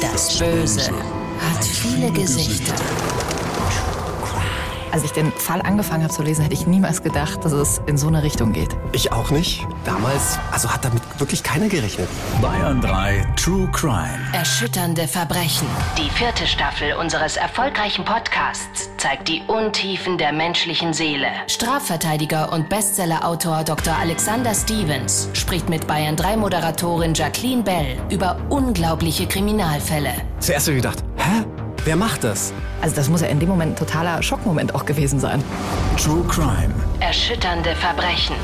das Böse hat viele Gesichter. Als ich den Fall angefangen habe zu lesen, hätte ich niemals gedacht, dass es in so eine Richtung geht. Ich auch nicht. Damals, also hat damit wirklich keiner gerechnet. Bayern 3 True Crime. Erschütternde Verbrechen. Die vierte Staffel unseres erfolgreichen Podcasts zeigt die Untiefen der menschlichen Seele. Strafverteidiger und Bestsellerautor Dr. Alexander Stevens spricht mit Bayern 3 Moderatorin Jacqueline Bell über unglaubliche Kriminalfälle. Zuerst habe ich gedacht, hä? Wer macht das? Also das muss ja in dem Moment ein totaler Schockmoment auch gewesen sein. True Crime. Erschütternde Verbrechen.